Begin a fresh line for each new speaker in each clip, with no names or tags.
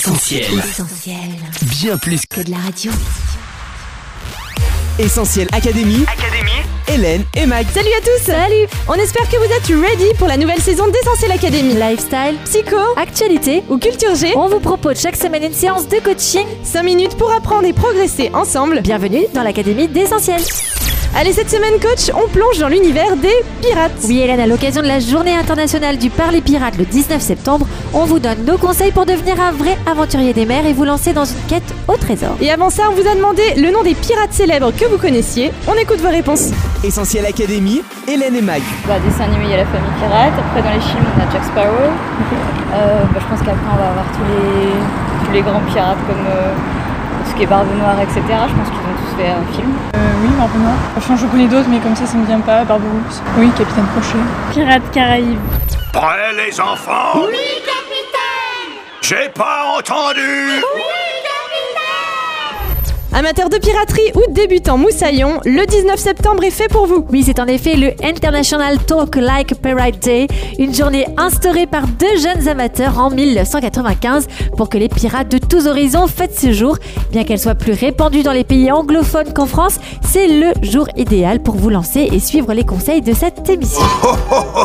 Essentiel.
Essentiel.
Bien plus que
Que de la radio.
Essentiel Académie, Hélène et Mag.
Salut à tous Salut On espère que vous êtes ready pour la nouvelle saison d'Essentiel Academy.
Lifestyle,
Psycho
actualité,
ou culture G,
on vous propose chaque semaine une séance de coaching.
5 minutes pour apprendre et progresser ensemble.
Bienvenue dans l'Académie d'Essentiel.
Allez, cette semaine, coach, on plonge dans l'univers des pirates.
Oui, Hélène, à l'occasion de la journée internationale du Parler Pirate le 19 septembre, on vous donne nos conseils pour devenir un vrai aventurier des mers et vous lancer dans une quête au trésor.
Et avant ça, on vous a demandé le nom des pirates célèbres que vous connaissiez. On écoute vos réponses.
Essentiel Académie, Hélène et Mag.
Bah, dessin animé, il y a la famille pirate. Après, dans les films, on a Jack Sparrow. Euh, bah, je pense qu'après, on va avoir tous les, tous les grands pirates comme euh, tout ce qui est Barbe Noire, etc. Je pense qu'ils ont tous fait un film.
Euh, oui, Barbe Noire. Franchement, je connais d'autres, mais comme ça, ça me vient pas. Barberousse. Oui, Capitaine Crochet.
Pirates Caraïbes.
Prêts les enfants Oui, capitaine J'ai pas entendu
Amateurs de piraterie ou débutants moussaillons, le 19 septembre est fait pour vous.
Oui, c'est en effet le International Talk Like a Pirate Day, une journée instaurée par deux jeunes amateurs en 1995 pour que les pirates de tous horizons fêtent ce jour. Bien qu'elle soit plus répandue dans les pays anglophones qu'en France, c'est le jour idéal pour vous lancer et suivre les conseils de cette émission.
Oh,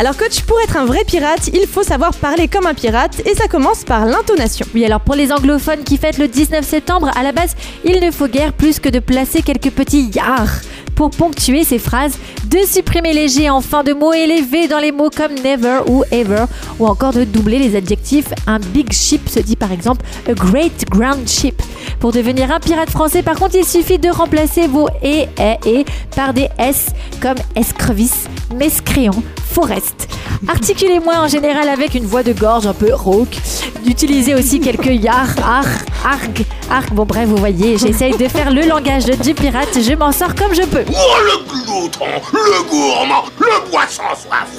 Alors, coach, pour être un vrai pirate, il faut savoir parler comme un pirate et ça commence par l'intonation.
Oui, alors pour les anglophones qui fêtent le 19 septembre, à la base, il ne faut guère plus que de placer quelques petits yar pour ponctuer ces phrases, de supprimer les g en fin de mots et les v dans les mots comme never ou ever, ou encore de doubler les adjectifs. Un big ship se dit par exemple a great grand ship. Pour devenir un pirate français, par contre, il suffit de remplacer vos et et et par des s comme escrevisse, mescréant, forest. Articulez-moi en général avec une voix de gorge un peu rauque. Utilisez aussi quelques yar, ar, arg, arg. Bon, bref, vous voyez, j'essaye de faire le langage du pirate. Je m'en sors comme je peux.
Oh, le glouton, le gourmand, le boisson soif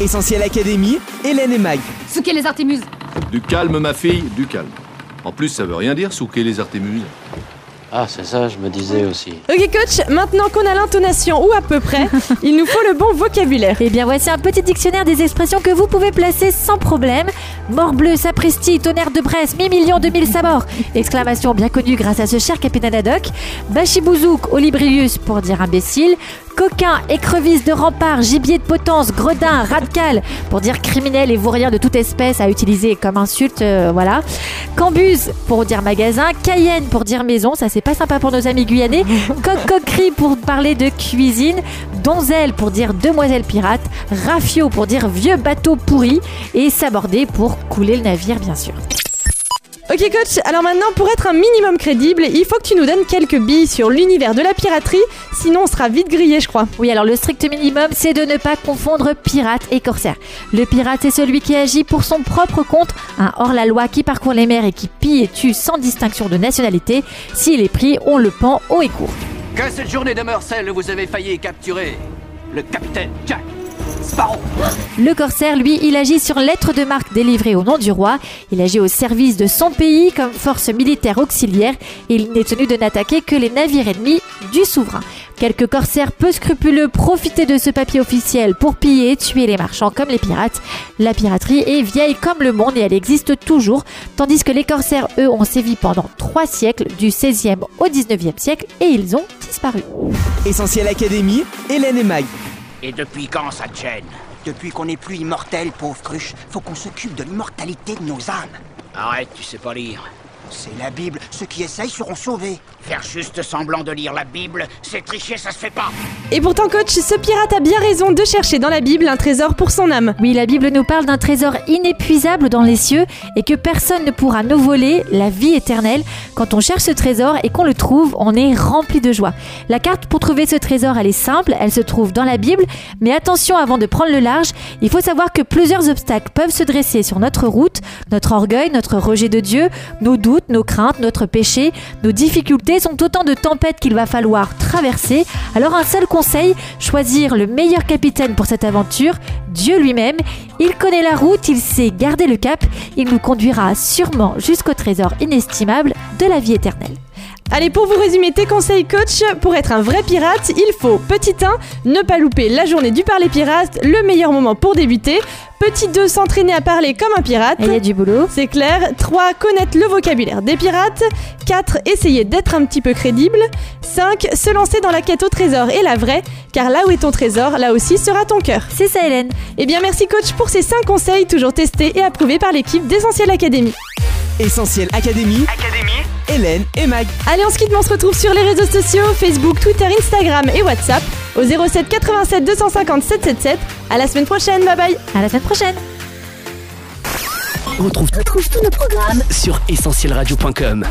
Essentiel Académie, Hélène et Mag.
Souquez les Artémus.
Du calme, ma fille, du calme. En plus, ça veut rien dire, souquer les artémuses.
Ah, c'est ça, je me disais aussi.
Ok, coach, maintenant qu'on a l'intonation ou à peu près, il nous faut le bon vocabulaire.
Eh bien, voici un petit dictionnaire des expressions que vous pouvez placer sans problème. Morbleu, sapristi, tonnerre de Bresse, mi-million, deux mille sabords. Exclamation bien connue grâce à ce cher capitaine Haddock. Bachibouzouk, olibrius pour dire imbécile. Coquin, écrevisse de rempart, gibier de potence, gredin, radical pour dire criminel et vaurien de toute espèce à utiliser comme insulte, euh, voilà. Cambuse pour dire magasin, Cayenne pour dire maison, ça c'est pas sympa pour nos amis guyanais. Cocoquerie pour parler de cuisine, Donzelle pour dire demoiselle pirate, Rafio pour dire vieux bateau pourri et Sabordé pour couler le navire bien sûr.
Ok coach, alors maintenant pour être un minimum crédible, il faut que tu nous donnes quelques billes sur l'univers de la piraterie, sinon on sera vite grillé je crois.
Oui, alors le strict minimum, c'est de ne pas confondre pirate et corsaire. Le pirate, c'est celui qui agit pour son propre compte, un hors-la-loi qui parcourt les mers et qui pille et tue sans distinction de nationalité. S'il est pris, on le pend haut et court.
Que cette journée demeure celle où vous avez failli capturer le capitaine Jack Sparrow.
Le corsaire, lui, il agit sur lettre de marque délivrée au nom du roi. Il agit au service de son pays comme force militaire auxiliaire et il n'est tenu de n'attaquer que les navires ennemis du souverain. Quelques corsaires peu scrupuleux profitaient de ce papier officiel pour piller, tuer les marchands comme les pirates. La piraterie est vieille comme le monde et elle existe toujours, tandis que les corsaires, eux, ont sévi pendant trois siècles, du 16e au 19e siècle, et ils ont disparu.
Essentiel Académie, Hélène et Mag.
Et depuis quand ça te gêne
Depuis qu'on n'est plus immortel, pauvre cruche, faut qu'on s'occupe de l'immortalité de nos âmes.
Arrête, tu sais pas lire.
C'est la Bible, ceux qui essayent seront sauvés.
Faire juste semblant de lire la Bible, c'est tricher, ça se fait pas
Et pourtant coach, ce pirate a bien raison de chercher dans la Bible un trésor pour son âme.
Oui, la Bible nous parle d'un trésor inépuisable dans les cieux et que personne ne pourra nous voler, la vie éternelle. Quand on cherche ce trésor et qu'on le trouve, on est rempli de joie. La carte pour trouver ce trésor, elle est simple, elle se trouve dans la Bible, mais attention avant de prendre le large, il faut savoir que plusieurs obstacles peuvent se dresser sur notre route, notre orgueil, notre rejet de Dieu, nos doutes, nos craintes, notre péché, nos difficultés sont autant de tempêtes qu'il va falloir traverser. Alors un seul conseil, choisir le meilleur capitaine pour cette aventure, Dieu lui-même. Il connaît la route, il sait garder le cap, il nous conduira sûrement jusqu'au trésor inestimable de la vie éternelle.
Allez, pour vous résumer tes conseils, coach, pour être un vrai pirate, il faut, petit 1, ne pas louper la journée du parler pirate, le meilleur moment pour débuter. Petit 2, s'entraîner à parler comme un pirate.
Et Eh, Il y a du boulot.
C'est clair. 3. Connaître le vocabulaire des pirates. 4. Essayer d'être un petit peu crédible. 5. Se lancer dans la quête au trésor et la vraie, car là où est ton trésor, là aussi sera ton cœur.
C'est ça, Hélène.
Eh bien, merci coach pour ces 5 conseils toujours testés et approuvés par l'équipe d'Essentiel Académie.
Essentiel Académie. Hélène et Mag.
Allez, on se quitte, mais on se retrouve sur les réseaux sociaux Facebook, Twitter, Instagram et WhatsApp au 07 87 250 777. À la semaine prochaine, bye bye.
À la semaine prochaine.
Retrouve, retrouve tous nos programmes sur essentielradio.com.